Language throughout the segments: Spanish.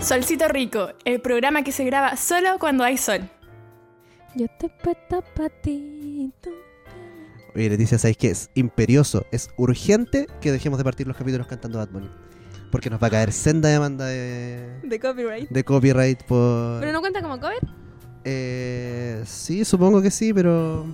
Solcito Rico, el programa que se graba solo cuando hay sol. Yo te puesto patito. Oye, Leticia, ¿sabéis qué? Es imperioso, es urgente que dejemos de partir los capítulos cantando Bad Bunny. Porque nos va a caer senda demanda de, De copyright. de copyright por... Pero no cuenta como cover. Eh, sí, supongo que sí, pero...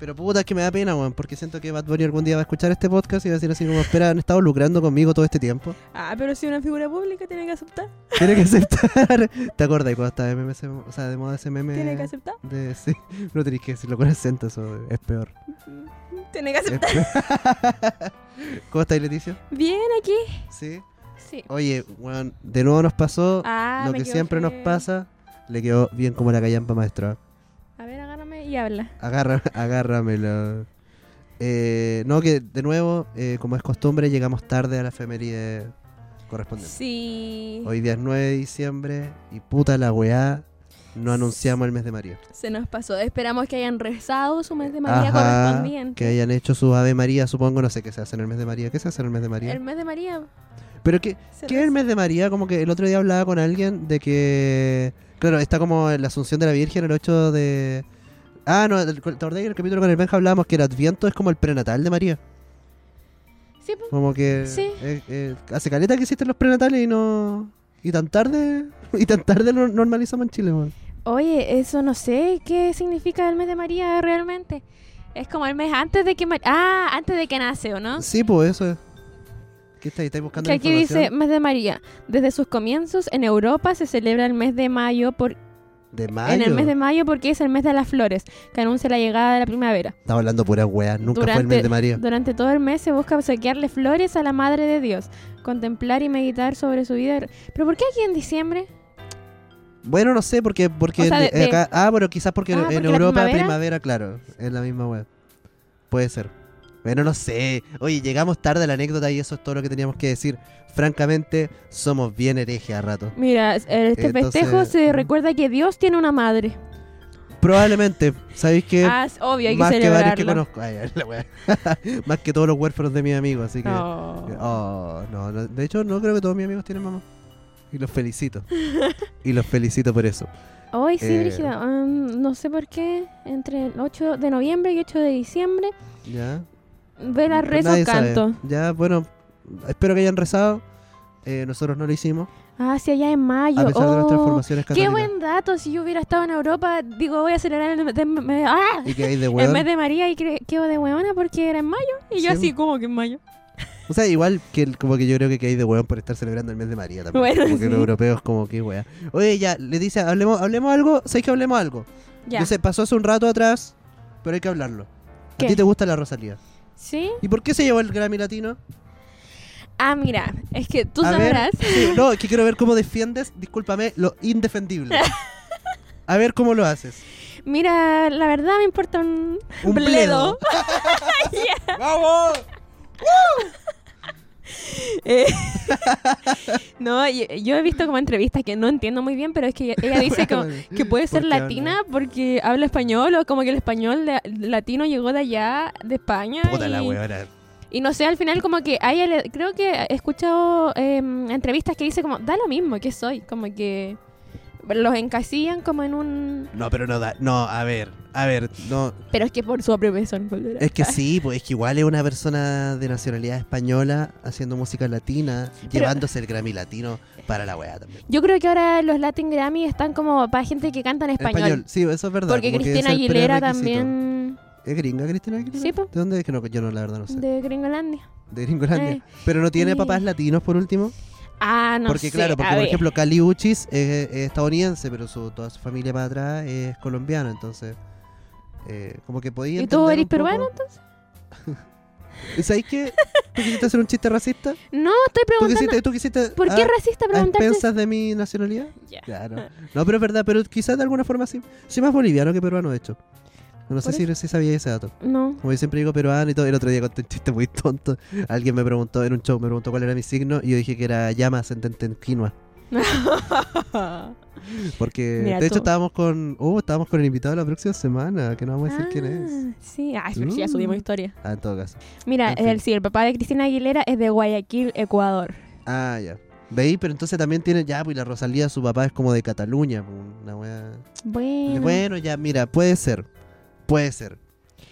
Pero puta, es que me da pena, weón, porque siento que Bad Bunny algún día va a escuchar este podcast y va a decir así como, espera, han estado lucrando conmigo todo este tiempo. Ah, pero si una figura pública tiene que aceptar. Tiene que aceptar. ¿Te acuerdas cuando estaba de, meme ese- o sea, de moda ese meme? Tiene que aceptar. De, sí, no tenéis que decirlo con acento, eso es peor. Tiene que Es aceptar. peor. ¿Cómo estáis, Leticia? Bien aquí. Sí. Sí. Oye, weón, de nuevo nos pasó Ah, lo me que equivoqué. siempre nos pasa. Le quedó bien como la callampa maestra. A ver, agárrame y habla. Agarra, agárramelo. Eh, no, que de nuevo, eh, como es costumbre, llegamos tarde a la efeméride correspondiente. Sí. Hoy día es 9 de diciembre y puta la weá, no anunciamos el mes de María. Se nos pasó. Esperamos que hayan rezado su mes de María Ajá, correspondiente. Que hayan hecho su Ave María, supongo, no sé qué se hace en el mes de María. ¿Qué se hace en el mes de María? El mes de María. Pero que, se ¿qué es el reza. mes de María? Como que el otro día hablaba con alguien de que... Claro, está como la Asunción de la Virgen, el 8 de... Ah, no, el- ¿te acordás que en el capítulo con el Benja hablábamos que el Adviento es como el prenatal de María? Sí, pues. po. Como que... Sí. eh, eh, hace caleta que existen los prenatales y no... Y tan tarde... Y tan tarde lo normalizamos en Chile, weón. Oye, eso no sé qué significa el mes de María realmente. Es como el mes antes de que Mar- ah, antes de que nace, ¿o no? Sí, pues eso es. ¿Qué estáis? ¿Estáis buscando Ah, Que la aquí dice información? mes de María. Desde sus comienzos en Europa se celebra el mes de mayo por De mayo. en el mes de mayo porque es el mes de las flores, que anuncia la llegada de la primavera. Estaba hablando pura weá, nunca fue el Durante- mes de María. Durante todo el mes se busca obsequiarle flores a la Madre de Dios, contemplar y meditar sobre su vida. Pero ¿por qué aquí en diciembre? Bueno, no sé, porque, porque O sea, el- de- acá- ah, bueno, quizás porque Ah, en porque la Europa primavera? primavera. claro, es la misma weá. Puede ser. Bueno, no sé. Oye, llegamos tarde a la anécdota y eso es todo lo que teníamos que decir. Francamente, somos bien herejes a rato. Mira, eh, este Entonces- mm, festejo se recuerda que Dios tiene una madre. Probablemente, ¿sabéis que Ah, es obvio, hay que más que varios celebrarlo. que conozco? Ay, la weá. más que todos los huérfanos de mis amigos, así que. No. Oh, no, no, de hecho no creo que todos mis amigos tienen mamá. Y los felicito. y los felicito por eso. Hoy sí, Eh. Brígida. um, no sé por qué, entre el 8 de noviembre y 8 de diciembre, ¿Ya? vela, Pues rezo, nadie sabe. canto. Ya, bueno, espero que hayan rezado. Eh, nosotros no lo hicimos, Ah, sí, allá en mayo. a pesar de nuestras Oh, formaciones Qué católicas. buen dato. Si yo hubiera estado en Europa, digo, voy a celebrar el, mes de- me- ¡Ah! Y que hay de el hueón. mes de María y cre- quedo de hueona porque era en mayo. Y yo Sí. así, como que en mayo? O sea, igual que el- como que yo creo que, que hay de hueón por estar celebrando el mes de María también. Bueno, como que sí. los europeos como que hueá. Oye, ya, le dice, hablemos, hablemos algo, ¿sabes que hablemos algo? Ya. Yo sé, pasó hace un rato atrás, pero hay que hablarlo. ¿Qué? ¿A ti te gusta la Rosalía? ¿Sí? ¿Y por qué se llevó el Grammy Latino? Ah, mira, es que tú A ver, sabrás. sí, no, es que quiero ver cómo defiendes, discúlpame, lo indefendible. A ver cómo lo haces. Mira, la verdad me importa un, Un bledo. ¡Vamos! Eh, no, yo, yo he visto como entrevistas que no entiendo muy bien, pero es que ella dice como que puede ser Porque latina porque habla español o como que el español la- latino llegó de allá, de España. Puta la y, weona. y no sé, al final como que a ella le- creo que he escuchado eh, entrevistas que dice como, da lo mismo que soy, como que los encasillan como en un... No, pero no da. No, a ver, a ver, no. Pero es que por su apropiación, boluda. Es que sí, pues es que igual es una persona de nacionalidad española haciendo música latina, llevándose el Grammy latino para la weá también. Yo creo que ahora los Latin Grammy están como para gente que canta en En español. sí, eso es verdad. porque como que Cristina es el Aguilera prerequisito. también ¿Es gringa Cristina Aguilera? Sí, po. ¿De dónde es que no? Yo no, la verdad no sé. de Gringolandia. De Gringolandia. Eh, Pero no tiene eh. papás latinos por último. Ah, no sé. porque claro, a porque por ver. ejemplo Cali Uchis es, es estadounidense, pero su, toda su familia para atrás es colombiana, entonces eh, como que podía ¿Y tú entender eres un poco- peruano, ¿Sabes qué? ¿Tú quisiste hacer un chiste racista? No, estoy ¿Tú preguntando. quisiste, tú quisiste ¿Por qué a- es racista a preguntarte? expensas de mi nacionalidad? Ya. Claro. No, pero es verdad, pero quizás de alguna forma sí. Soy más boliviano que peruano, de hecho. No sé Por si, si sabía ese dato. No. Como yo siempre digo peruano y todo, el otro día conté un chiste muy tonto. Alguien me preguntó en un show, me preguntó cuál era mi signo y yo dije que era llama ascendente en quinoa. Porque Mira de hecho tú. estábamos con oh, estábamos con el invitado la próxima semana, que no vamos a decir quién es. Sí, ah, pero ya subimos Mm. historia. Ah, en todo caso. Mira, En fin. el, sí, el papá de Cristina Aguilera es de Guayaquil, Ecuador. Ah, ya. ¿Veis? Pero entonces también tiene, ya, pues la Rosalía, su papá es como de Cataluña, pues, una wea. Y Bueno. Bueno, ya, mira, puede ser, puede ser.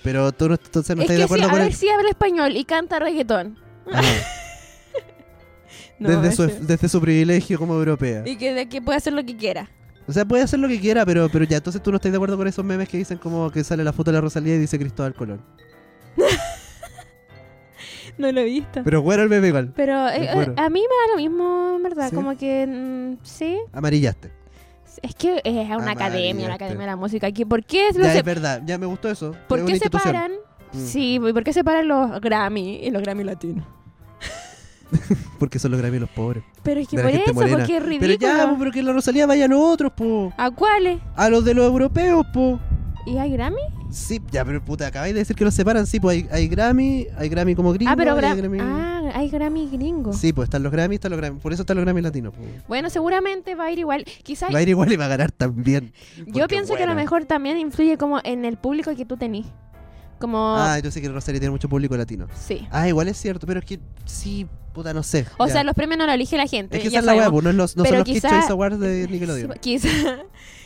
Pero tú no, entonces no es que estás de sí, acuerdo a con ver él. si habla español y canta reggaetón. Ajá, No, desde, su, ese- desde su privilegio como europea. Y que, de que puede hacer lo que quiera. O sea, puede hacer lo que quiera, pero, pero ya, entonces tú no estás de acuerdo con esos memes que dicen como que sale la foto de la Rosalía y dice Cristóbal Colón. No lo he visto. Pero, Pero bueno, el meme igual. eh, de acuerdo. eh, a mí me da lo mismo, en verdad. ¿Sí? Como que mm, sí. Amarillaste. Es que es una academia, Amarillo, la academia Ah, este. de la música. Que, ¿Por qué lo Ya, se- es verdad, ya me gustó eso. ¿Por Es qué una se institución. paran? Mm. Sí, ¿y ¿por qué se paran los Grammy y los Grammy latinos? Porque son los Grammy los pobres. Pero es que De la por gente eso, morena. porque es Pero ridículo. ya, po, pero que la Rosalía vaya a los otros, po. ¿A cuáles? A los de los europeos, po. ¿Y hay Grammy? Ah, Sí, ya, pero puta, acabáis de decir que los separan, sí, pues hay, hay Grammy, hay Grammy como gringo, ah, pero hay Gra- Grammy... Ah, hay Grammy gringo. Sí, pues están los Grammy, están los Grammy, por eso están los Grammy latinos. po. Bueno, seguramente va a ir igual. Quizás Va a ir igual y va a ganar también. yo porque pienso que a lo buena. mejor también influye como en el público que tú tenés. Como... Ah, yo sé que Rosalía tiene mucho público latino. Sí. Ah, igual es cierto, pero es que sí, puta, no sé. O ya. sea, los premios no los elige la gente. es que ya esa es la hueá, sabemos. po, no, es los, no son Pero los quizá- Kids Choice Awards de Sí, Nickelodeon. Quizás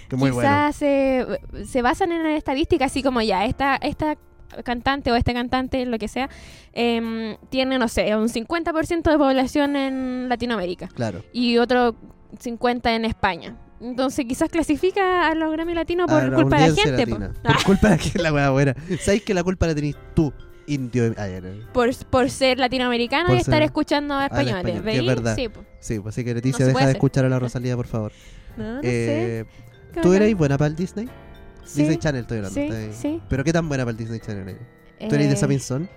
que muy bueno. se, se basan en estadísticas así como ya, esta, esta cantante o este cantante, lo que sea, em, tiene, no sé, un 50% de población en Latinoamérica Claro. y otro 50% en España. Entonces quizás clasifica a los Grammy Latinos A por culpa de la audiencia gente. po. latina. Ah, Por culpa de la gente, la hueá buena. ¿Sabéis que la culpa la tenés tú, indio? Ah, ya, no. por, por ser latinoamericano Por y estar ser- escuchando a españoles. español, que ¿veis? es verdad. Sí, po. Sí, pues así que Leticia, se deja puede de hacer. escuchar a la Rosalía, por favor. No, no sé. Eh, qué ¿Tú bacán. eras buena para el Disney? Sí, Disney Channel estoy hablando. sí, estoy- sí. ¿Pero qué tan buena para el Disney Channel eres? ¿Tú eres de Eh, Sapinson?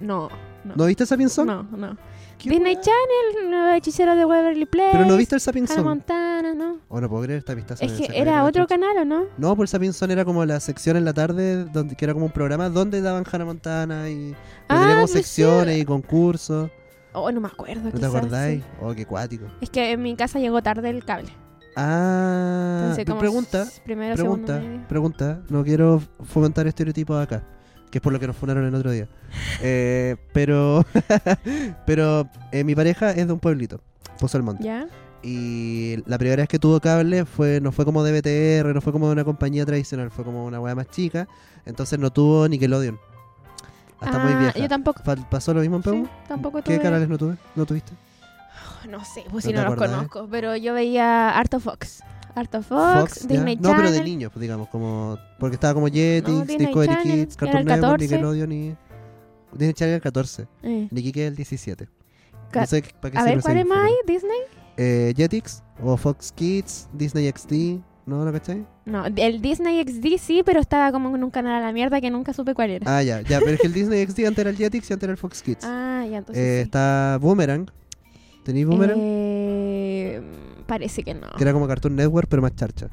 No, no. ¿No viste Sapinson? No, no. ¿Qué Disney hueá? Channel, no, Hechiceros de Waverly Place. ¿Pero no viste el Hannah Sapinson? Montana, ¿no? Oh, no puedo creer esta amistad. se Es me que saca de era la otro chucha. canal, ¿o no? No, por Sapinson era como la sección en la tarde, donde, que era como un programa donde daban Hannah Montana y Ah, pues teníamos sí. secciones y concursos. Oh, no me acuerdo. ¿No te quizás, acordáis? sí. Oh, qué cuático. Es que en mi casa llegó tarde el cable. Ah, Entonces, como pregunta, s- Primero, pregunta, segundo, medio. pregunta. No quiero fomentar estereotipos acá, que es por lo que nos funaron el otro día. Eh, pero pero eh, mi pareja es de un pueblito, Pozo del Monte. ¿Ya? Y la primera vez que tuvo cable fue no fue como de BTR, no fue como de una compañía tradicional, fue como una weá más chica. Entonces no tuvo Nickelodeon. Hasta muy Ah, vieja. Yo tampoco. Fa- ¿Pasó lo mismo en sí, Peumo? tampoco ¿Qué tuve- canales no tuve? ¿No tuviste? No sé, pues No si te no, los acordás, ¿eh? conozco. Pero yo veía Harto Fox. Harto Fox, ya. Disney No, Channel. pero de niños, pues, digamos, como porque estaba como Jetix, No, Disney Discovery Channel, Kids, era el Cartoon Network, 14. Nickelodeon y Disney Channel el 14, Eh, Nicky el 17. Ca- No sé para qué A sirve ver, esa ¿cuál es info, más pero- ahí? ¿Disney? Eh, Jetix o Fox Kids, Disney XD, ¿no lo cachai? No, el Disney XD sí, pero estaba como en un canal a la mierda que nunca supe cuál era. Ah, ya, ya, pero es que el Disney XD antes era el Jetix y antes era el Fox Kids. Ah, ya, entonces. Eh, sí. Está Boomerang. ¿Tenéis Boomerang? Eh, mm, parece que no. Que era como Cartoon Network, pero más charcha.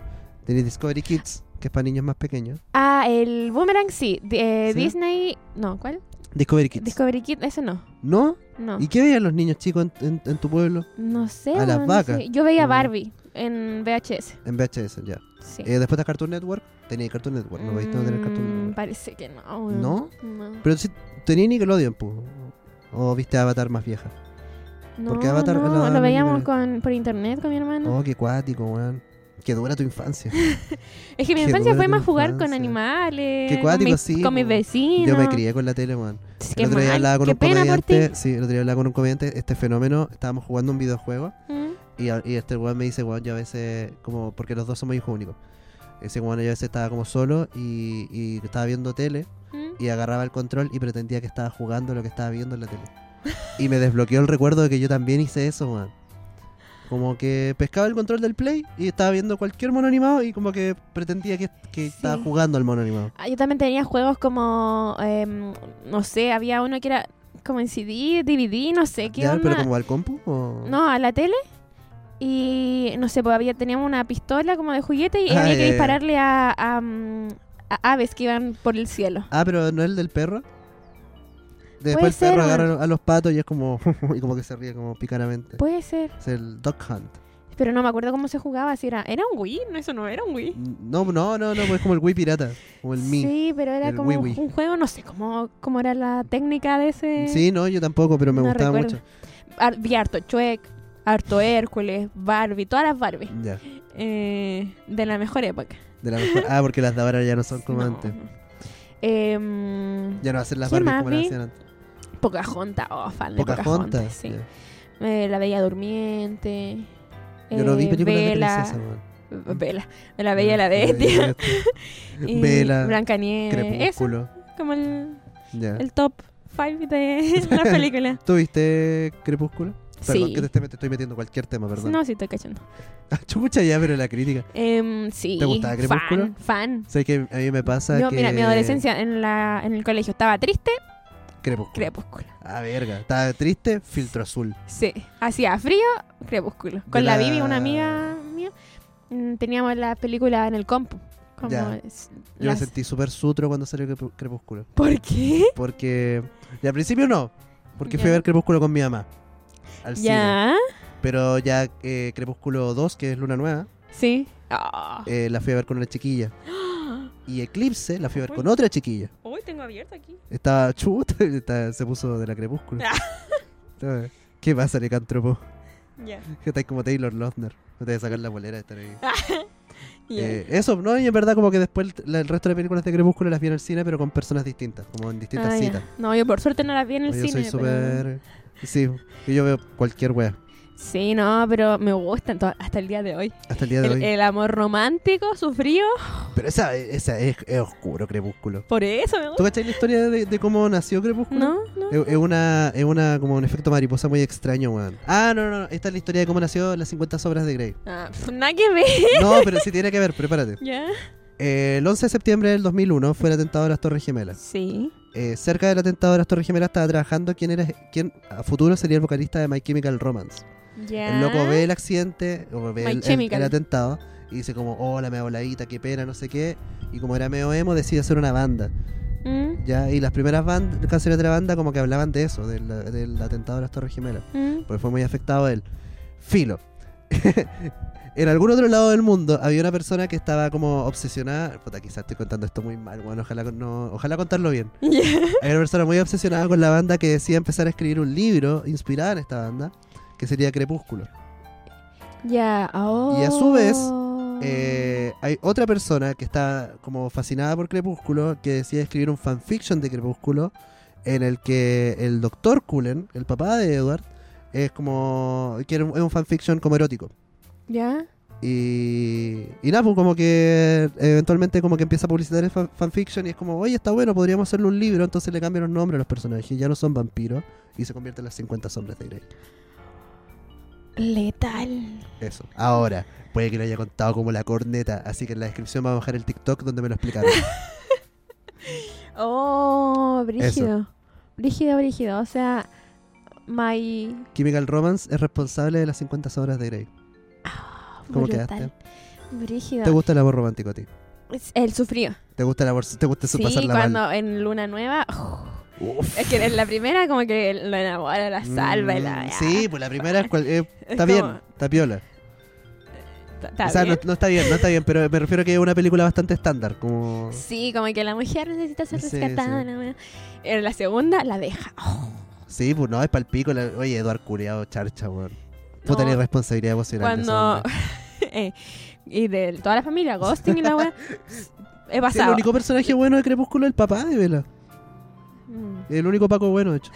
Tenéis Discovery Kids, que es para niños más pequeños. Ah, el Boomerang sí. de- eh, ¿Sí? Disney. No, ¿cuál? Discovery Kids. Discovery Kid, ese no. ¿No? No. ¿Y qué veían los niños chicos en, en- en tu pueblo? No sé. A las no vacas. sé. Yo veía Mm. Barbie en VHS. En VHS, ya. Sí. Eh, después está Cartoon Network. Tenía Cartoon Network. No veis no tener Cartoon Mm, Network. Parece que no. weón. ¿No? No. Pero sí, tenía Nickelodeon, pu. O viste Avatar más vieja. porque No, Avatar no, la daban lo en veíamos el- con, por internet con mi hermano. Oh, qué cuático, weón. Qué dura tu infancia. es que mi qué infancia dura fue tu más jugar con infancia. animales. Qué con cuático, mis- sí, Con mis weón. vecinos. Yo me crié con la tele, weón. Es que El otro día mal, hablaba con qué un pena por ti. comediante. Sí, el otro día hablaba con un comediante. Este fenómeno, estábamos jugando un videojuego. Mm. Y, a- y este weón me dice, weón, yo a veces, como, porque los dos somos hijos únicos. Ese weón yo a veces estaba como solo y, y estaba viendo tele Mm. y agarraba el control y pretendía que estaba jugando lo que estaba viendo en la tele. Y me desbloqueó el recuerdo de que yo también hice eso, weón. Como que pescaba el control del play y estaba viendo cualquier mono animado y como que pretendía que, que Sí. estaba jugando al mono animado. Ah, Yo también tenía juegos como, em, no sé, había uno que era como en CD, DVD, no sé qué Ya, onda. ¿Pero como al compu? O... No, a la tele. Y no sé, pues había, teníamos una pistola como de juguete y Ah, había ya, que ya. dispararle a, a, mm, a aves que iban por el cielo. Ah, pero no es el del perro. Puede Después el ser, perro weón. agarra a los patos y es como, y como que se ríe como picaramente. Puede ser, Es el Duck Hunt. pero no me acuerdo cómo se jugaba, si era, era un Wii, no, eso no era un Wii. No, no, no, no, pues es como el Wii pirata. Como el Mi. Sí. sí, pero era el como Wii un- Wii. un juego, no sé cómo, cómo era la técnica de ese. no, yo tampoco, pero me No gustaba recuerdo. mucho. Ar- Vi harto chuec, Harto Hércules, Barbie, todas las Barbie. Ya. eh, de la mejor época. De la mejor- Ah, porque las de ahora ya no son como No. antes. Em, Ya no hacen las ¿Qué Barbies más como las vi? hacían antes. Pocahontas, oh, fan de Pocahontas. Pocahontas, sí. ya. Eh, la Bella Durmiente. Yo no vi eh, películas Bella, de princesa, weón. eh, Bella, de la Bella y la Bella Bestia. y y la Bestia. Vela, Blancanieves. Eso, Crepúsculo. como el, Ya. el top 5 de la película. ¿Tuviste Crepúsculo? Perdón, sí. que te, esté- te estoy metiendo cualquier tema, perdón. Ah, No, sí, estoy cachando. Chucha ya, pero la crítica. Em, sí, ¿Te gustaba Crepúsculo? fan, fan. Sé que a mí me pasa Yo, que... mira, mi adolescencia en, la, en el colegio estaba triste, Crepúsculo. crepúsculo. Ah, verga. Estaba triste, filtro azul. Sí, hacía frío, crepúsculo. Con De la la- Vivi, una amiga mía, mm, teníamos la película en el compu. Como Ya. es- Yo las- me sentí súper sutro cuando salió Crep- Crepúsculo. ¿Por qué? Porque... Y al principio no. Porque fui Ya. a ver Crepúsculo con mi mamá. Al cine. Ya, Pero ya eh, Crepúsculo 2, que es Luna Nueva, sí. Ah. eh, la fui a ver con una chiquilla. Y Eclipse la fui a ver con otra chiquilla. Uy, tengo abierto aquí. Estaba chuta, está- se puso de la crepúscula. Ah. Estaba- ¿Qué pasa, licántropo? Ya. Que estáis como Taylor Lautner. No te voy a sacar la bolera de estar ahí. Eh, eso, ¿no? Y en verdad como que después el, la- el resto de películas de Crepúsculo las vi en el cine, pero con personas distintas, como en distintas Ah, ya. citas. No, yo por suerte no la vi en el Yo cine. soy pero- súper... Sí, que yo veo cualquier wea, Sí, no, pero me gustan to- hasta el día de hoy. hasta el día de El, eh, hoy. el amor romántico, sufrido, Pero esa, esa es, es oscuro, Crepúsculo. por eso me gusta. ¿Tú cachai la historia de, de cómo nació Crepúsculo? No, no. Es es una, es una, como un efecto mariposa muy extraño, weón. Ah, no, no, no, esta es la historia de cómo nació las 50 obras de Grey. Ah, pf, nada que ver. No, pero sí tiene que ver, prepárate. Ya. Eh, el 11 de septiembre del 2001 fue el atentado de las Torres Gemelas. Sí. Eh, cerca del atentado de las Torres Gemelas estaba trabajando quién era, quién a futuro sería el vocalista de My Chemical Romance. Ya. El loco ve el accidente, o ve My el, el- Chemical. el atentado, y dice como, hola, me voladita, qué pena, no sé qué. Y como era medio emo, decide hacer una banda. Mm, ¿ya? Y las primeras band- canciones de la banda como que hablaban de eso, del, del atentado de las Torres Gemelas. mm. Porque fue muy afectado él. Filo. en algún otro lado del mundo había una persona que estaba como obsesionada. Puta, quizás estoy contando esto muy mal, bueno, ojalá, con- no, ojalá contarlo bien. Ya. Había una persona muy obsesionada con la banda que decía empezar a escribir un libro inspirada en esta banda, que sería Crepúsculo. Ya. Oh. Y a su vez, Eh, hay otra persona que está como fascinada por Crepúsculo, que decía escribir un fanfiction de Crepúsculo, en el que el doctor Cullen, el papá de Edward, es como. que era un- es un fanfiction como erótico. Ya. Y, y nada, pues como que eventualmente como que empieza a publicitar el fan- fanfiction y es como, oye, está bueno, podríamos hacerle un libro, entonces le cambian los nombres a los personajes, ya no son vampiros y se convierten en las 50 sombras de Grey. Letal. Eso. Ahora, puede que lo haya contado como la corneta, así que en la descripción vamos a dejar el TikTok donde me lo explicaron. Oh, brígido. Brígido, brígido. O sea, my. Chemical Romance es responsable de las 50 sombras de Grey. ¿Cómo brutal. quedaste? Brígido. ¿Te gusta el amor romántico a ti? Es El sufrido. ¿Te gusta el amor? ¿Te gusta eso Sí, pasarla cuando mal? en Luna Nueva. oh, Uf. es que en la primera, como que lo enamora, la salva y la. Mm, Sí, pues la primera es cual- eh, Eh, Es está como- bien, está piola. ¿Está- está o sea, bien? No, no está bien, no está bien, pero me refiero a que es una película bastante estándar, como... Sí, como que la mujer necesita ser Sí, sí. rescatada. la wea. En la segunda, la deja. Sí, pues no, es palpico. la- Oye, Eduardo Cureado, charcha, weón. Puta No. la irresponsabilidad emocional. de ese cuando hombre. eh, y de toda la familia Ghosting y la wea he Sí, el pasado único personaje bueno de Crepúsculo es el papá de Vela. Mm. El único Paco bueno, de hecho.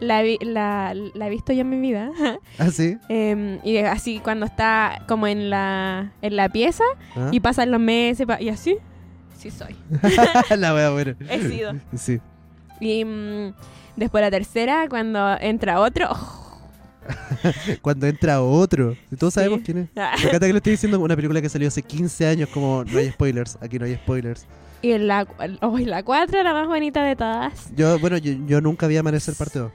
la, vi- la, la he visto yo en mi vida ¿Ah, sí? Em, y así cuando está como en la en la pieza ¿Ah? y pasan los meses pa- y así sí soy la wea buena. he sido Sí. y mm, después la tercera cuando entra otro oh, Cuando entra otro. Si Todos Sí. sabemos quién es. Me encanta que lo estoy diciendo una película que salió hace 15 años, como no hay spoilers, aquí no hay spoilers. y en la cu- oh, y la cuatro la más bonita de todas Yo, bueno, yo, yo nunca vi Amanecer parte 2.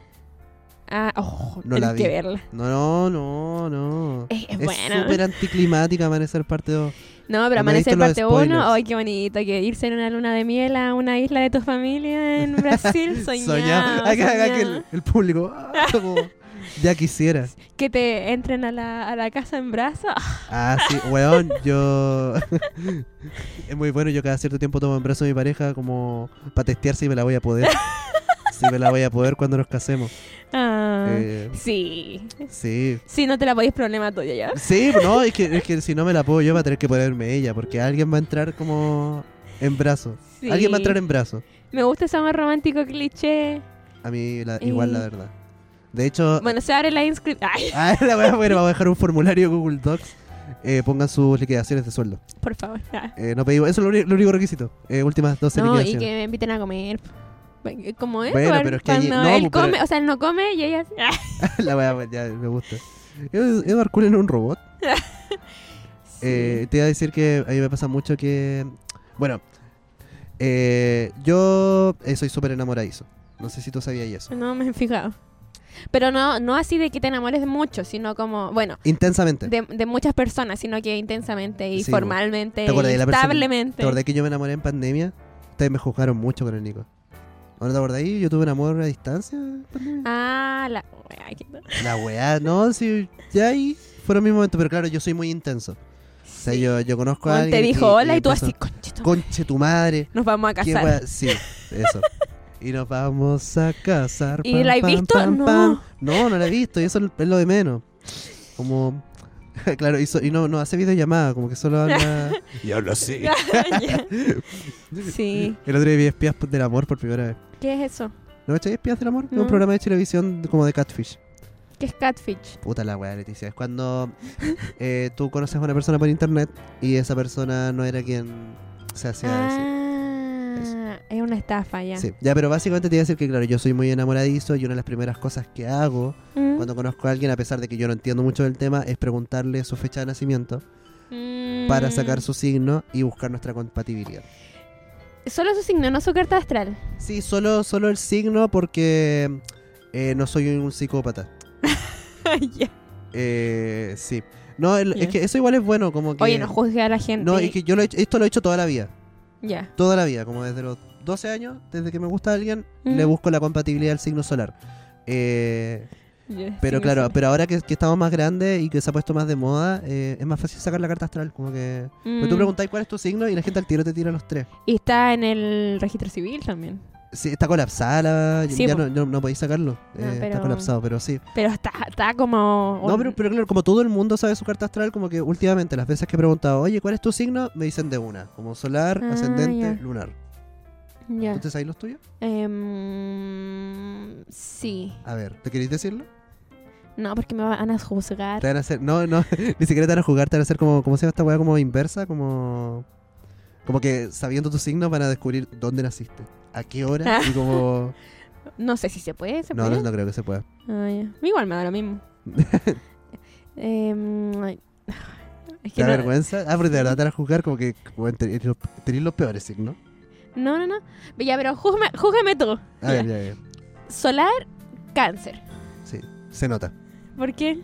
ah oh, No la tenés que vi. verla No, no, no, no. es, es Es buena súper anticlimática Amanecer parte 2. No, pero No me he amanecer visto los parte spoilers. 1, ay, qué bonito, que irse en una luna de miel a una isla de tu familia en Brasil, soñado, Acá, acá soñado. que el, el público. ah, como, ya quisiera. Que te entren a la, a la casa en brazos. Ah, sí, weón, yo. es muy bueno, yo cada cierto tiempo tomo en brazo a mi pareja como para testear si me la voy a poder. Sí, me la voy a poder cuando nos casemos. Ah, Eh, sí. sí. Sí, no te la podéis problema tuyo ya. Sí, no, es que, es que si no me la puedo yo va a tener que ponerme ella, porque alguien va a entrar como en brazo. Sí. Alguien va a entrar en brazo. Me gusta ese amor romántico cliché. A mí la- igual la Eh. verdad. De hecho, Bueno, se abre la inscripción. Ay, ah, la voy a, bueno, vamos a dejar un formulario de Google Docs. Eh, pongan sus liquidaciones de sueldo. por favor. Ah. Eh, no pedimos, eso es lo, uni- lo único requisito. Eh, últimas 12 No, y que liquidaciones. me inviten a comer. Como es, Bueno, pero es que cuando allí- no, pues, él pero- come, o sea, él no come y ella... Ah, la voy a, ya me gusta. Ed- Edward Cullen es un robot. sí. Eh, te iba a decir que a mí me pasa mucho que. Bueno, eh, yo eh, soy súper enamoradizo. No sé si tú sabías eso. No me he fijado. Pero no, no así de que te enamores de mucho, sino como, bueno, Intensamente. de, de muchas personas, sino que intensamente y Sí, bueno. formalmente ¿Te acordás y de la persona? establemente. ¿Te acordás que yo me enamoré en pandemia? Ustedes me juzgaron mucho con el Nico. ¿O no te acordás? Yo tuve un amor a distancia. en pandemia. Ah, la... ay, qué- La weá, no, sí, ya ahí fueron mis momentos. Pero claro, yo soy muy intenso. O sea, yo, yo conozco a Juan alguien. te dijo hola y, tú empiezo, así, conchito, Conche tu madre. nos vamos a ¿Qué casar. weá?" Sí, eso. Y nos vamos a casar. ¿Y la he visto? No. No, no la he visto. Y eso es lo de menos. Como. Claro, y, so- y no, no hace videollamada, como que solo habla. y habla así. sí. El otro día vi Espías del Amor por primera vez. ¿Qué es eso? ¿No me echáis Espías del Amor? Es No. un programa de televisión como de Catfish. ¿Qué es catfish? Puta la weá, Leticia. Es cuando eh, tú conoces a una persona por internet y esa persona no era quien se hacía decir. Ah, es una estafa ya. Sí. Ya, pero básicamente te iba a decir que, claro, yo soy muy enamoradizo y una de las primeras cosas que hago Mm. cuando conozco a alguien, a pesar de que yo no entiendo mucho del tema, es preguntarle su fecha de nacimiento Mm. para sacar su signo y buscar nuestra compatibilidad. Solo su signo, no su carta astral. Sí, solo, solo el signo porque eh, no soy un psicópata. Ya. Eh, sí. No, el- Ya. es que eso igual es bueno, como que... Oye, no juzgue a la gente. No, es que yo lo he hecho- esto lo he hecho toda la vida. Ya. toda la vida, como desde los 12 años, desde que me gusta alguien, Mm. le busco la compatibilidad del signo solar. Eh, Ya, pero signo claro, solar. pero ahora que, que estamos más grandes y que se ha puesto más de moda, eh, es más fácil sacar la carta astral, como que... Pero tú Mm. preguntáis cuál es tu signo y la gente al tiro te tira los tres. Y está en el registro civil también. Sí, está colapsada, la- Sí, ya po. no, no, no podéis sacarlo. No, eh, Está pero- colapsado, pero sí. Pero está, está como. No, un- pero, pero claro, como todo el mundo sabe su carta astral, como que últimamente las veces que he preguntado, oye, ¿cuál es tu signo? Me dicen de una, como solar, Ah, ascendente, ya. lunar. Ya. ¿Tú te sabes los tuyos? Em, sí. A ver, ¿te queréis decirlo? No, porque me van a juzgar. Te van a hacer, no, no, ni siquiera te van a jugar, te van a hacer como, ¿cómo se llama esta weá? Como inversa, como. Como que sabiendo tu signo van a descubrir dónde naciste, a qué Ah. hora y como. No sé si se puede. ¿se No, puede? no, no creo que se pueda. Ah, ya. Igual me da lo mismo. Em, ay. es que ¿Te da no, vergüenza? Ah, pero de verdad te van a jugar como que bueno, tenés los- tenés los peores signos. no, no, no. Ya, pero júzgame, júzgame tú. A Ya. ver, Ah, ya, ya. Solar, cáncer. Sí, se nota. ¿Por qué?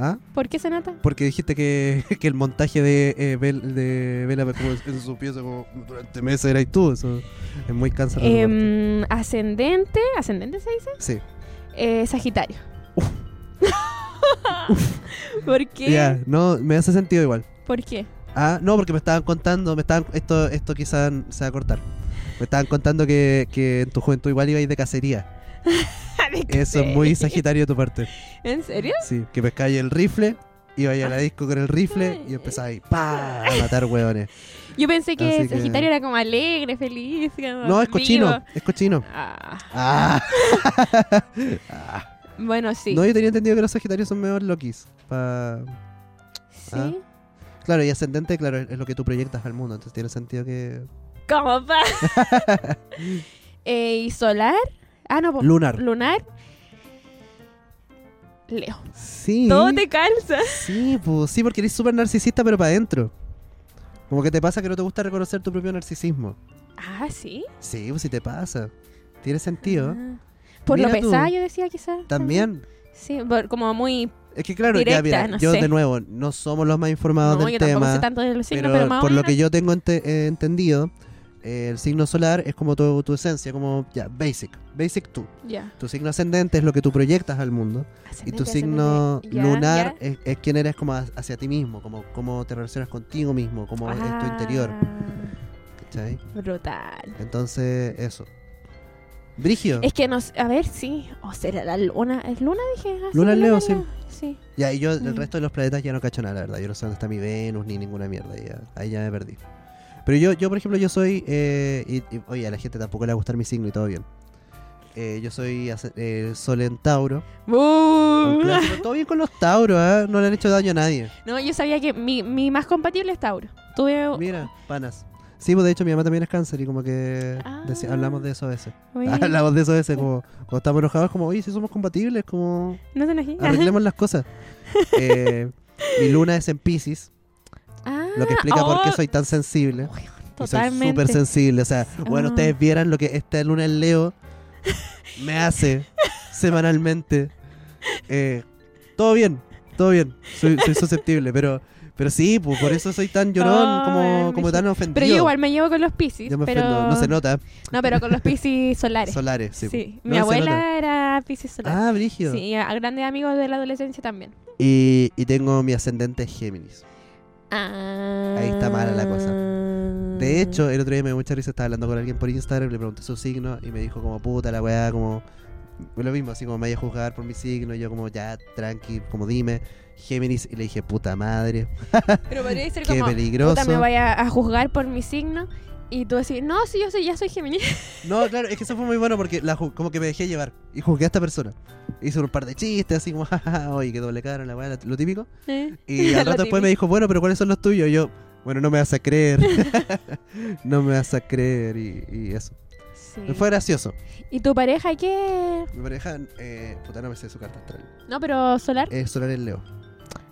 ¿Ah? ¿Por qué se nota? Porque dijiste que, que el montaje de eh, Bel- de Vela como en su pieza como durante meses eras tú. Eso es muy cansado. Em, ascendente, ascendente se dice. sí. Eh, sagitario. ¿Por Ya, qué? no, me hace sentido igual. ¿Por qué? Ah, no, porque me estaban contando, me estaban, esto, esto quizás se va a cortar. Me estaban contando que, que en tu juventud igual ibais de cacería. Eso es muy sagitario de tu parte. ¿En serio? Sí, que pescáis el rifle, ibais a la disco con el rifle y empezáis ¡pa! a matar hueones. Yo pensé que Así que- Sagitario era como alegre, feliz. como No, es cochino, vivo. es cochino. Ah, Ah, bueno, sí. No, yo tenía entendido que los sagitarios son mejor loquis. pa- ¿Sí? ah. Claro, y ascendente, claro, es es lo que tú proyectas al mundo, entonces tiene sentido que... ¿Cómo pa? Eh, ¿Y solar? Ah, no, po- Lunar. lunar. Leo. Sí. Todo te calza. Sí, pues, sí, porque eres súper narcisista, pero para adentro. Como que te pasa que no te gusta reconocer tu propio narcisismo. Ah, sí. Sí, pues sí te pasa. Tiene sentido. Ah. Por lo Mira tú. pesado, yo decía quizás. También. Sí, por- como muy. Es que claro, Directa, ya mira, no yo sé. de nuevo, no somos los más informados No, del yo tampoco sé tema. tanto de los signos, pero pero, más o por lo menos. que yo tengo ente- eh, entendido, eh, el signo solar es como tu, tu esencia, como ya, basic. Basic tú. Ya. Tu signo ascendente es lo que tú proyectas al mundo. Y Ascendente, tu signo ascendente. Ya, lunar ya. Es, es quién eres como ha- hacia ti mismo, como cómo te relacionas contigo mismo, cómo es tu interior. Ah, ¿cachai? Brutal. Entonces, eso. Brigio. Es que no sé- a ver, sí. O será la luna. ¿Es luna? Dije. Ah, Luna en Leo, en sí. Sí. Ya, y yo el Mm. resto de los planetas ya no cacho nada, la verdad. Yo no sé dónde está mi Venus ni ninguna mierda. ya- ahí ya me perdí. Pero yo, yo por ejemplo, yo soy... eh, y- y- oye, a la gente tampoco le va a gustar mi signo y todo bien. Eh, yo soy ace- eh, Sol en Tauro. Un ¡Bú! clásico. todo bien con los Tauros, ¿ah? No le han hecho daño a nadie. No, yo sabía que mi, mi más compatible es Tauro. Tuve. Mira, panas. Sí, pues de hecho mi mamá también es cáncer y como que Ah. deci- hablamos de eso a veces. Oye, hablamos de eso a veces, como cuando estamos enojados, como, oye, si somos compatibles, como... No te enojes. Arreglemos las cosas. Eh, mi luna es en Pisces, Ah, lo que explica por qué oh, soy tan sensible. Y soy Totalmente. súper sensible. O sea, bueno, Ah. ustedes vieran lo que esta luna en Leo me hace semanalmente. Eh, todo bien, todo bien. Soy, soy susceptible, pero, pero sí, pues, por eso soy tan llorón, Ay, como, me como tan ofendido. Pero yo igual me llevo con los piscis. Yo me pero... ofendo. No se nota. No, pero con los piscis solares. Solares, sí. sí. No Mi se nota. abuela era piscis solar. Ah, Brigio. sí, y a grandes amigos de la adolescencia también. Y, y tengo mi ascendente es Géminis. Ah. Ahí está mala la cosa. De Mm. hecho, el otro día me dio mucha risa, estaba hablando con alguien por Instagram, le pregunté su signo y me dijo como puta la weá, como lo mismo, así como me vaya a juzgar por mi signo, y yo como ya, tranqui, como dime, Géminis, y le dije, puta madre, Pero podría ser qué como. peligroso. Puta, me vaya a juzgar por mi signo. Y tú decís, no, sí, yo soy, ya soy Géminis. No, claro, es que eso fue muy bueno porque la ju- como que me dejé llevar y juzgué a esta persona. Hice un par de chistes, así como, jajaja, oye, qué doble cara, la weá, lo típico. Eh, Y al Lo rato después me dijo, bueno, pero ¿cuáles son los tuyos? Y yo, bueno, no me vas a creer, no me vas a creer, y, y eso. Sí. Fue gracioso. ¿Y tu pareja qué? Mi pareja, eh, puta, no me sé su carta astral. No, pero solar. Eh, solar en Leo.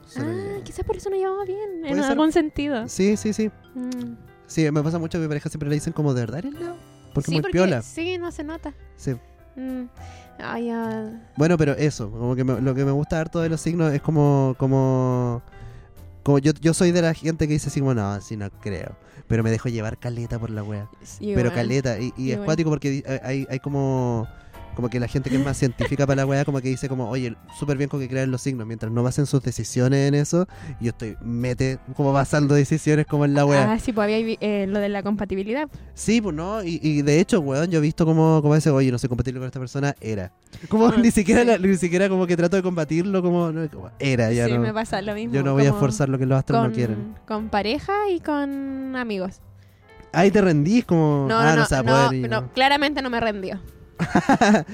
Solar en ah, Leo. quizás por eso no llevamos bien. En Puede ser. algún sentido. Sí, sí, sí. Mm. Sí, me pasa mucho que mi pareja siempre le dicen como, ¿de verdad eres Leo? Porque sí, muy piola. Sí, no se nota. Sí. Mm. Ay, ah, Bueno, pero eso, como que me- lo que me gusta harto de los signos es como, como, como yo, yo soy de la gente que dice así como, no, así no creo. Pero me dejo llevar caleta por la wea. igual. Pero caleta, y, y es Igual. cuático porque di- eh, hay, hay como... Como que la gente que es más científica para la weá, como que dice como, oye, súper bien con que crean los signos, mientras no basen sus decisiones en eso, yo estoy, mete como basando decisiones como en la weá. Ah, sí, pues había vi- eh, lo de la compatibilidad. Sí, pues no, y, y de hecho, weón, yo he visto como, como dice, oye, no soy compatible con esta persona, era. Como Ah, ni siquiera sí. la- ni siquiera como que trato de combatirlo, como, no, como, era, ya sí, no. me pasa lo mismo. Yo no voy a como esforzar lo que los astros con, no quieren. con pareja y con amigos. Ahí te rendís como, No, ah, no, no, se va no, a no, poder. y no, no. claramente no me rendió.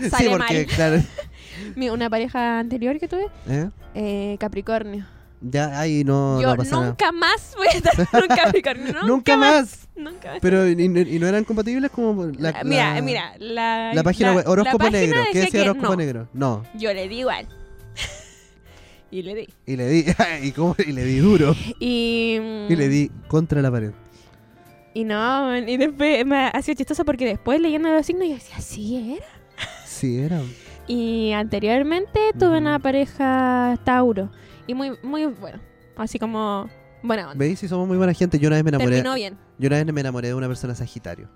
sí, sale mal. porque, claro. Mi- Una pareja anterior que tuve, ¿eh? eh, Capricornio. Ya, ahí no, Yo no pasa nada. nunca más voy a estar con Ah, un Capricornio. Nunca, Nunca más. más. Nunca más. Pero, y, y- y no eran compatibles como la, la- mira, mira, la, La página web, horóscopo la página negro. ¿Qué decía decía que horóscopo no. negro? No. Yo le di igual. y le di. Y le di, y, cómo- y le di duro. Y, Y le di contra la pared. Y no, y después me ha sido chistoso porque después leyendo los signos yo decía, sí era. Sí, era. Y anteriormente tuve una Ujú. pareja Tauro. Y muy, muy bueno. Así como, buena onda. ¿Veis? Si somos muy buena gente. Yo una vez me enamoré. Terminó bien. Yo una vez me enamoré de una persona Sagitario.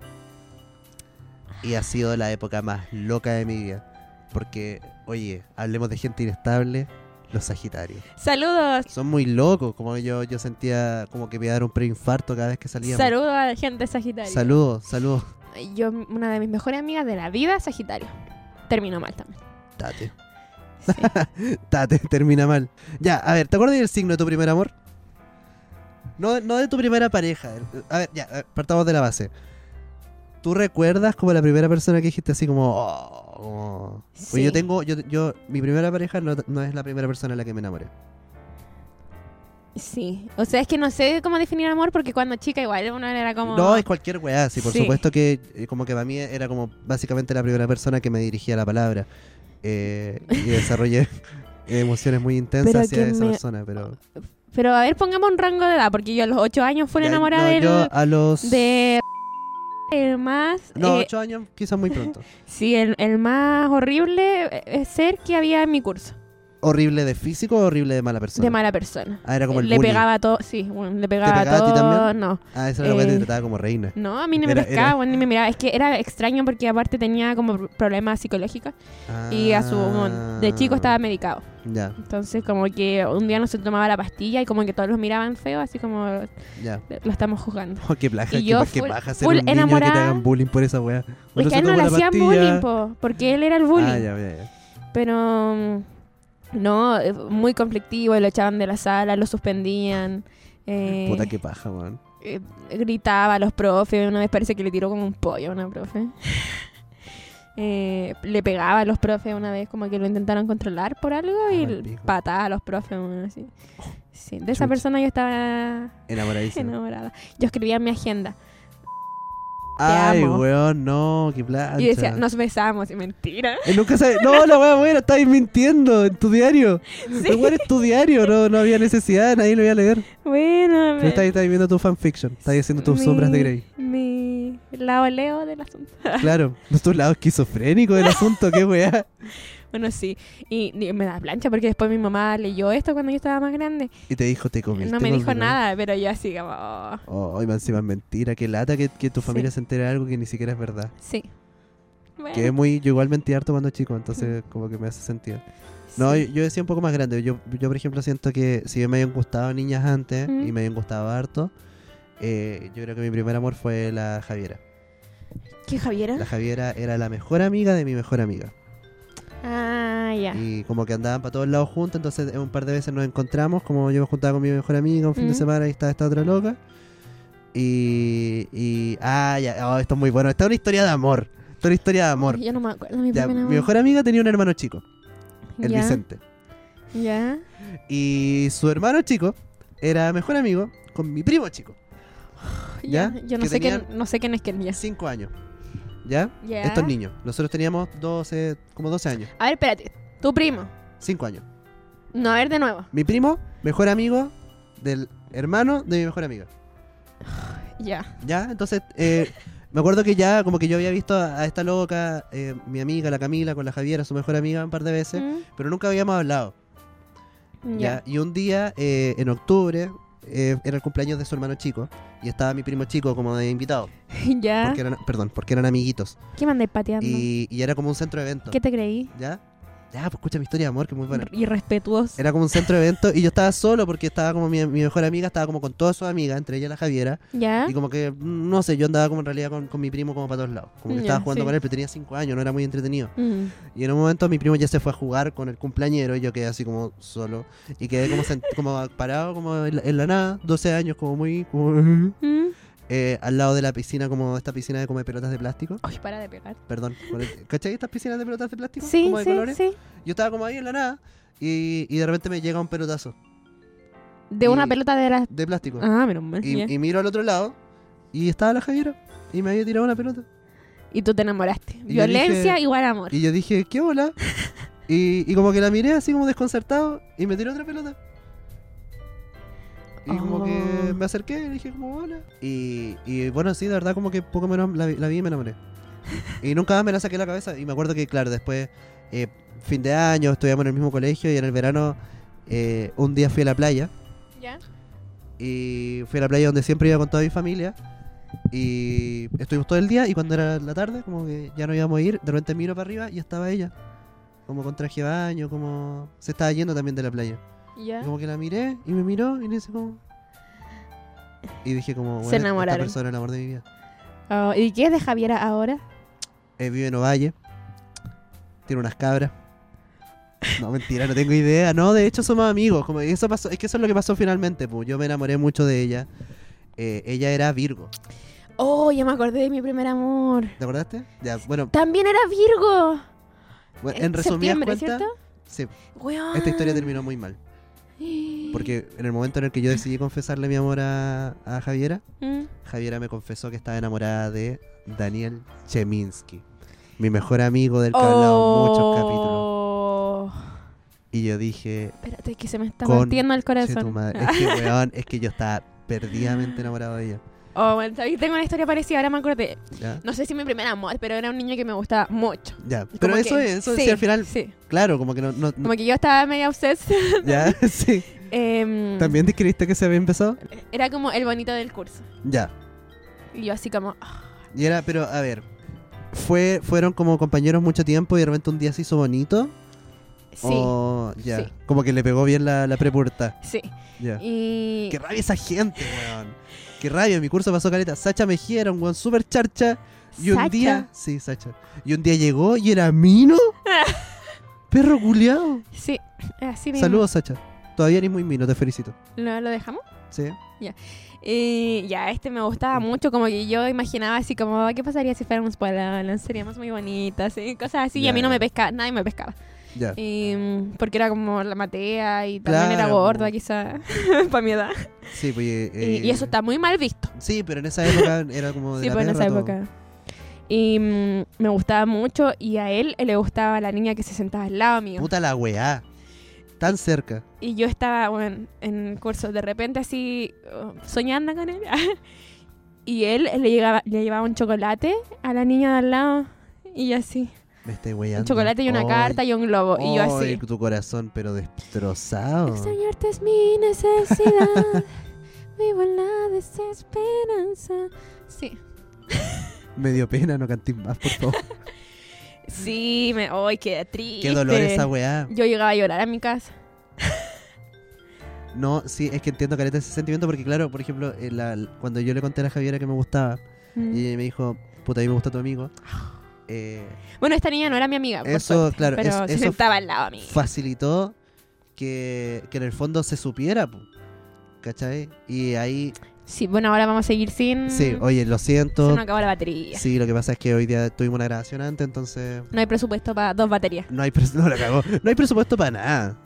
Y ha sido la época más loca de mi vida. Porque, oye, hablemos de gente inestable. Los Sagitarios. Saludos. Son muy locos. Como yo, yo sentía como que me iba a dar un preinfarto cada vez que salíamos. Saludos a la gente de Sagitario. Saludos, saludos. Yo, una de mis mejores amigas de la vida, Sagitario. Terminó mal también. Tate. Sí. Tate, termina mal. Ya, a ver, ¿te acuerdas del signo de tu primer amor? No, no de tu primera pareja. A ver, ya, a ver, partamos de la base. ¿Tú recuerdas como la primera persona que dijiste así como... "Oh", como- Pues yo Sí. tengo, yo, yo, mi primera pareja no, no es la primera persona en la que me enamoré. sí. O sea, es que no sé cómo definir amor porque cuando chica igual uno era como... No, es cualquier weá, sí, por Sí. supuesto que eh, como que para mí era como básicamente la primera persona que me dirigía la palabra. Eh, y desarrollé emociones muy intensas Pero hacia que esa me- persona, pero... Pero a ver, pongamos un rango de edad porque yo a los 8 años fui Ya, enamorada no, del- yo a los... de el más No, eh, ocho años quizás muy pronto. sí el, el más horrible eh, eh, ser que había en mi curso horrible de físico o horrible de mala persona? De mala persona. Ah, era como el le bully. pegaba todo, sí, bueno, le pegaba, pegaba a ti todo, también? no. Ah, esa era la que te eh, trataba como reina. No, a mí ni me Era- pescaba, era- bueno, ni me miraba. Es que era extraño porque aparte tenía como pr- problemas psicológicos y a su de chico estaba medicado. Ah, Ya, Entonces como que un día no se tomaba la pastilla y como que todos los miraban feo, así como ya. lo estamos jugando. Oh, qué plaja, Y qué, yo pa- qué full- paja ser full un niño que te enamorada. hagan bullying por esa weá. es Uno que se a él no toma le la hacían pastilla. bullying, po, porque él era el bullying. Ah, ya, ya, ya. Pero mm, no, eh, muy conflictivo, lo echaban de la sala, lo suspendían. eh, Puta, qué paja, weón. eh, gritaba a los profes, una vez parece que le tiró como un pollo a una profe. Eh, le pegaba a los profes una vez como que lo intentaron controlar por algo Ah, el y pico. Oh, pataba a los profes. bueno, así. Sí, de esa Chucha. persona yo estaba Enamoradísimo. enamorada. Yo escribía en mi agenda Ay, amo. weón, no, qué plancha. y decía, nos besamos. Y mentira. Eh, nunca sabe- No, la weá buena, estáis mintiendo en tu diario. Sí. El weón es tu diario, no, no había necesidad, nadie lo iba a leer. Bueno, Pero estáis estáis viendo tu fanfiction, estáis haciendo tus sombras de Grey. Mi lado leo del asunto. Claro, no tu lado esquizofrénico del asunto, qué weá. Bueno, sí. Y, y me da plancha porque después mi mamá leyó esto cuando yo estaba más grande. Y te dijo, te comiste. no me dijo conmigo. nada, pero yo así como... oh, Oh, y más encima es mentira, qué lata que, que tu familia se entere de algo que ni siquiera es verdad. Sí. Bueno, Que es muy, yo igual mentí harto cuando chico, entonces como que me hace sentido. No, Mm. sí. yo, yo decía un poco más grande. Yo, yo, por ejemplo, siento que si bien me habían gustado niñas antes Mm. y me habían gustado harto, eh, yo creo que mi primer amor fue la Javiera. ¿Qué, Javiera? La Javiera era la mejor amiga de mi mejor amiga. Ah, ya. Y como que andaban para todos lados juntos, entonces eh, un par de veces nos encontramos, como yo me juntaba con mi mejor amiga un fin de Mm. semana y estaba esta otra loca. Y... y ah, ya, oh, esto es muy bueno. Esta es una historia de amor. Esta es una historia de amor. Yo no me acuerdo mi Ya, primer mi mejor amiga tenía un hermano chico, el ya, Vicente. Ya. Y su hermano chico era mejor amigo con mi primo chico, Ya. ¿Ya? Yo no Que sé, quién, tenían- no sé quién es quién. Ya. 5 años. ¿Ya? Ya. Estos niños. Nosotros teníamos 12, como 12 años, A ver, espérate. Tu primo. 5 años. No, a ver de nuevo. Mi primo, mejor amigo del hermano de mi mejor amiga. Ya. ¿Ya? Entonces, eh, me acuerdo que ya como que yo había visto a, a esta loca, eh, mi amiga, la Camila, con la Javiera, su mejor amiga, un par de veces, Mm, pero nunca habíamos hablado. Ya. ¿ya? Y un día, eh, en octubre, eh, era el cumpleaños de su hermano chico, y estaba mi primo chico como de invitado. Ya. Porque eran, perdón, porque eran amiguitos. ¿Qué me andé pateando? Y, y era como un centro de eventos. ¿Qué te creí? ¿Ya? Ya, pues escucha mi historia de amor, que es muy buena. Irrespetuoso. Era como un centro de eventos y yo estaba solo porque estaba como mi, mi mejor amiga, estaba como con todas sus amigas, entre ellas la Javiera. ¿Ya? Y como que, mm, no sé, yo andaba como en realidad con, con mi primo como para todos lados. Como que Ya, estaba jugando sí. con él, pero tenía cinco años, no era muy entretenido. Mm. Y en un momento mi primo ya se fue a jugar con el cumpleañero y yo quedé así como solo. Y quedé como, sent- como parado como en la, en la nada, 12 años, como muy... como, Mm. eh, al lado de la piscina, como esta piscina de como de pelotas de plástico. Ay, para de pegar. Perdón. por el- ¿Cachai estas piscinas de pelotas de plástico? Sí, como de sí, colores. sí. Yo estaba como ahí en la nada y, y de repente me llega un pelotazo De Y- una pelota de las... de plástico. Ah, menos mal. y, ya. y miro al otro lado y estaba la Javiera y me había tirado una pelota. Y tú te enamoraste. dije- Violencia igual amor. Y yo dije, ¿qué hola? y, y como que la miré así como desconcertado y me tiró otra pelota. Y como que Oh. me acerqué y le dije como hola. Y, y bueno, sí, de verdad como que poco menos la, vi- la vi y me enamoré. Y nunca más me la saqué de la cabeza. Y me acuerdo que, claro, después, eh, fin de año, estudiamos en el mismo colegio y en el verano eh, un día fui a la playa. ¿Ya? Y fui a la playa donde siempre iba con toda mi familia. Y estuvimos todo el día y cuando era la tarde, como que ya no íbamos a ir, de repente miro para arriba y estaba ella. Como con traje de baño, como... Se estaba yendo también de la playa. ¿Ya? Y como que la miré y me miró y le hice como... Y dije Se como, bueno, esta enamoraron. persona es el amor de mi vida. Oh, ¿Y qué es de Javiera ahora? Eh, vive en Ovalle. Tiene unas cabras. No, mentira, no tengo idea. No, de hecho somos amigos. Como eso pasó, es que eso es lo que pasó finalmente. Pues. Yo me enamoré mucho de ella. Eh, ella era Virgo. Oh, ya me acordé de mi primer amor. ¿Te acordaste? Ya, bueno, También era Virgo. bueno, en resumidas septiembre, cuentas, ¿cierto? Ah. sí, Weón. esta historia terminó muy mal. Porque en el momento en el que yo decidí confesarle mi amor a, a Javiera, Mm. Javiera me confesó que estaba enamorada de Daniel Cheminsky, mi mejor amigo del que he hablado muchos capítulos. Oh. Y yo dije, Espérate, que se me está Con partiendo el Che, tu corazón. madre. Es que, weón, es que yo estaba perdidamente enamorado de ella. Oh, bueno, ¿sabes? tengo una historia parecida, ahora me acordé. Ya. No sé si mi primer amor, pero era un niño que me gustaba mucho. ya. Pero Como eso que- es, eso sí, sí, al final, Sí. claro, como que no. no- Como que yo estaba media obsessed. ya, sí. Em, ¿También describiste que se había empezado? Era como el bonito del curso. Ya. Y yo así como, ah, Y era, pero a ver, fue, fueron como compañeros mucho tiempo y de repente un día se hizo bonito. sí, O ya. sí. Como que le pegó bien la, la prepubertad. sí. Ya. Y Qué rabia esa gente, weón. Qué rabia, en mi curso pasó caleta. Sacha Mejía era un weón súper charcha. Y un Sacha, día. Sí, Sacha. Y un día llegó y era Mino. Perro culiao. Sí, así mismo. Saludos, Sacha. Todavía eres muy Mino, te felicito. ¿Lo, lo dejamos? Sí. Y ya, este me gustaba mucho, como que yo imaginaba así como, ¿qué pasaría si fuéramos pololos? Seríamos muy bonitas, y cosas así, y Ya, a mí no ya. me pescaba, nadie me pescaba. Ya. Y, mm, porque era como la matea y también era Claro, gorda po. quizá, para mi edad. Sí, pues. eh, Y- eh, y, eso está muy mal visto. Sí, pero en esa época era como de Sí, la pues en perra esa todo. época. Y mm, me gustaba mucho y a él le gustaba la niña que se sentaba al lado mío. Puta la weá. Tan cerca. Y yo estaba bueno, en curso, de repente así oh, soñando con él. y él le, llegaba, le llevaba un chocolate a la niña de al lado. Y yo así, Me estoy weyando. un chocolate y una carta y un globo. y yo Ay, así, tu corazón, pero destrozado. extrañarte es mi necesidad, vivo en la desesperanza. Sí, Me dio pena, no cantís más, por favor. sí, me, ay, qué triste. Qué dolor esa weá. Yo llegaba a llorar a mi casa. No, sí, es que entiendo caleta ese sentimiento porque, claro, por ejemplo, eh, la- cuando yo le conté a la Javiera que me gustaba Mm. Ah. y ella me dijo, puta, a mí me gusta tu amigo, eh, Bueno, esta niña no era mi amiga, por Eso, suerte, claro, pero es- se eso sentaba al lado a mí. facilitó que, que en el fondo se supiera, pu, ¿cachai? Y ahí, Sí, bueno, ahora vamos a seguir sin... sí, oye, lo Mm. Se siento. nos acabó la batería. Sí, lo que pasa es que hoy día tuvimos una grabación antes, entonces No hay presupuesto para dos baterías. no hay, pres- no, la cagó. No hay presupuesto para nada,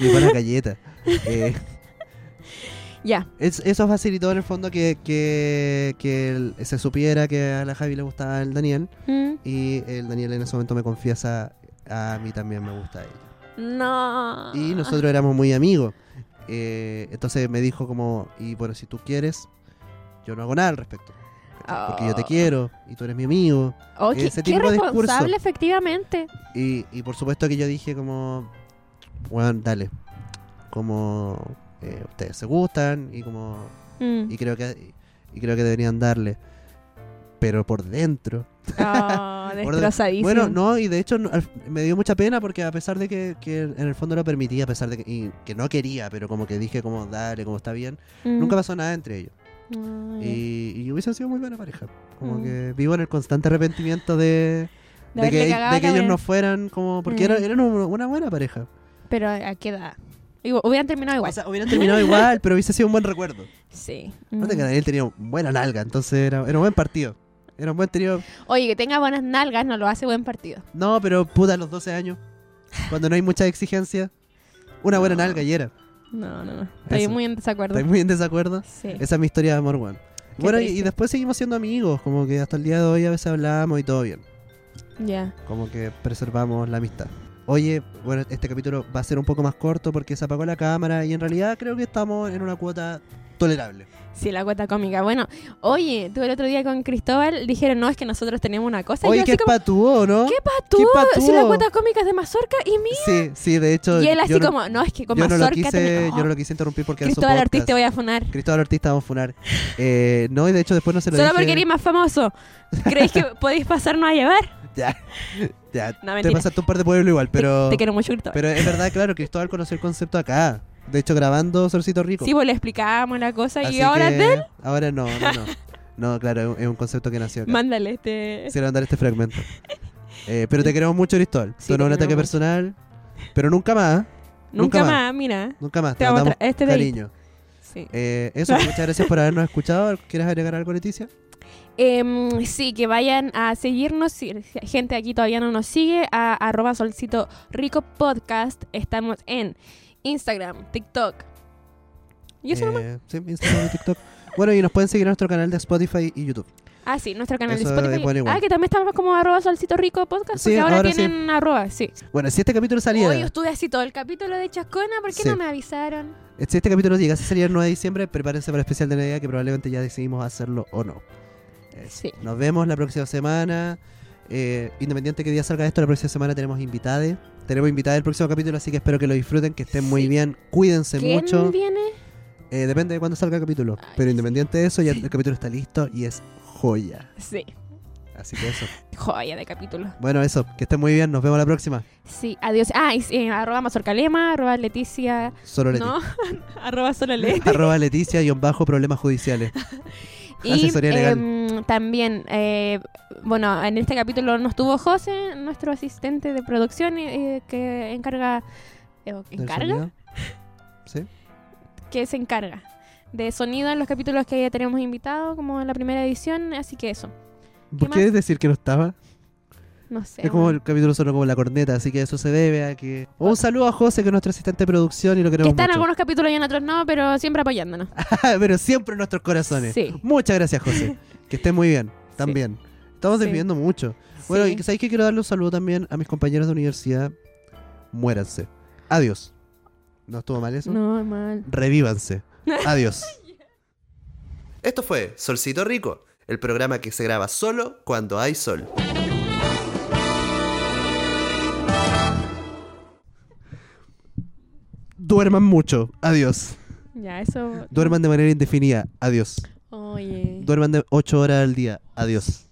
ni para una galleta. Eh, Ya, Es- eso facilitó en el fondo que, que, que el- se supiera que a la Javi le gustaba el Daniel Mm, y el Daniel en ese momento me confiesa a mí también me gusta ella. No. Y nosotros éramos muy amigos. Eh, entonces me dijo como, y bueno, si tú quieres, yo no hago nada al respecto. ¿cachai? Porque yo te Oh. quiero y tú eres mi amigo. Oh, qué, ese qué tipo de discurso. responsable, efectivamente. Y, y por supuesto que yo dije como, bueno, dale, como eh, ustedes se gustan y como Mm. y creo que y creo que deberían darle pero por dentro Oh, Por de- destrozadísimo. bueno no y de hecho no- al- me dio mucha pena porque a pesar de que, que en el fondo lo permitía a pesar de que, y que no quería pero como que dije como dale como está bien Mm. nunca pasó nada entre ellos Ah, ya. y, y hubiesen sido muy buena pareja como Mm. que vivo en el constante arrepentimiento de, De de, haberle que, cagado de que la ellos wea. no fueran como porque era- Mm. eran un- una buena pareja Pero a qué edad. Igual- Hubieran terminado igual. o sea hubieran terminado igual pero hubiese sido un buen recuerdo sí. aparte Mm. que Daniel tenía buena nalga entonces era, era un buen partido era un buen trío Oye, que tenga buenas nalgas no lo hace buen partido. No, pero puta, a los 12 años, cuando no hay muchas exigencias, una buena No. nalga y era. No, no, no. Estoy Eso. muy en desacuerdo. Estoy muy en desacuerdo. Sí. Esa es mi historia de amor, weón. Qué Bueno, y, triste. y después seguimos siendo amigos, como que hasta el día de hoy a veces hablábamos y todo bien. Ya. Como que preservamos la amistad. Oye, bueno, este capítulo va a ser un poco más corto porque se apagó la cámara y en realidad creo que estamos en una cuota tolerable. Sí, la cuota cómica. Bueno, oye, tú el otro día con Cristóbal dijeron, no, es que nosotros tenemos una cosa. y Oye, yo qué así como, patúo, ¿no? ¿Qué qué patúo? Si la patúo? cuota cómica es de Mazorca y mí. Sí, sí, de hecho. Y él así yo no- como, no, es que con yo no, lo Mazorca quise, tenemos- yo no lo quise interrumpir porque era su Cristóbal Ortiz podcast. te voy a funar. Cristóbal Ortiz te vamos a funar. Eh, no, y de hecho después no se lo Solo dije. porque eres más famoso. ¿Creéis que podéis pasarnos a llevar? Ya, ya. No, te mentira. pasaste un par de pueblos igual, pero... Te, quiero mucho, Cristóbal. Pero es verdad, claro, Cristóbal conoció el concepto acá. De hecho, grabando Sorcito Rico. Sí, pues le explicábamos la cosa Así y ahora que- te- Ahora no, no, no. No, claro, es un- es un concepto que nació acá. Mándale este... Se le va a mandar este fragmento. Eh, pero te queremos mucho, Cristóbal. Sí, Sonó te un ataque queremos personal, pero nunca más, Nunca nunca más, más. mira. nunca más. Te Te, vamos a mandamos traer este de ahí. cariño. Sí. Eh, eso, muchas gracias por habernos escuchado. ¿Quieres agregar algo, Leticia? Em, sí, que vayan a seguirnos. Si gente aquí todavía no nos sigue, a arroba solcito rico podcast. Estamos en Instagram, TikTok. Y eso Eh, sí, Instagram y TikTok. Bueno, y nos pueden seguir en nuestro canal de Spotify y YouTube. Ah, sí, nuestro canal Eso de Spotify. de Juan igual. Ah, que también estamos como arroba solcito rico podcast, Sí, porque ahora, ahora sí. tienen arroba, sí. Bueno, si este capítulo saliera, Hoy yo estuve así todo el capítulo de Chascona, ¿por qué Sí. no me avisaron? si este capítulo llegase a salir el 9 de diciembre, prepárense para el especial de Navidad que probablemente ya decidimos hacerlo o no. Eso. Sí. Nos vemos la próxima semana. Eh, independiente que día salga esto, la próxima semana tenemos invitados. Tenemos invitados el próximo capítulo, así que espero que lo disfruten, que estén muy bien. Cuídense ¿Quién mucho. viene? Eh, depende de cuándo salga el capítulo. Ay, Pero sí. independiente de eso, ya el capítulo está listo y es joya. Sí, Así que eso. joya de capítulo. Bueno, eso. Que estén muy bien. Nos vemos la próxima. Sí, adiós. Ah, y, sí, arroba mazorcalema, arroba leticia, Solo Leti. no, arroba solole. Arroba Leticia y bajo problemas judiciales. Y Asesoría legal. em, también, eh, bueno, en este capítulo nos tuvo José, nuestro asistente de producción, eh, que encarga, eh, ¿Del ¿encarga? sonido? Sí. Que se encarga de sonido en los capítulos que ya tenemos invitado, como en la primera edición, así que eso, ¿Por ¿Qué qué más? decir que no estaba? no sé. Es como bueno. el capítulo solo como la corneta, así que eso se debe a que. Un saludo a José, que es nuestro asistente de producción y lo Que queremos están en mucho. algunos capítulos y en otros no, pero siempre apoyándonos. Pero siempre en nuestros corazones. Sí. Muchas gracias, José. Que estés muy bien. También. Estamos Sí. desviando mucho. Bueno, Sí. y sabéis que quiero darle un saludo también a mis compañeros de universidad. Muéranse. Adiós. ¿No estuvo mal eso? No, es mal. Revívanse. Adiós. Esto fue Solcito Rico, el programa que se graba solo cuando hay sol. Duerman mucho. Adiós. Ya, eso. Duerman de manera indefinida. Adiós. Oye. Duerman de 8 horas al día. Adiós.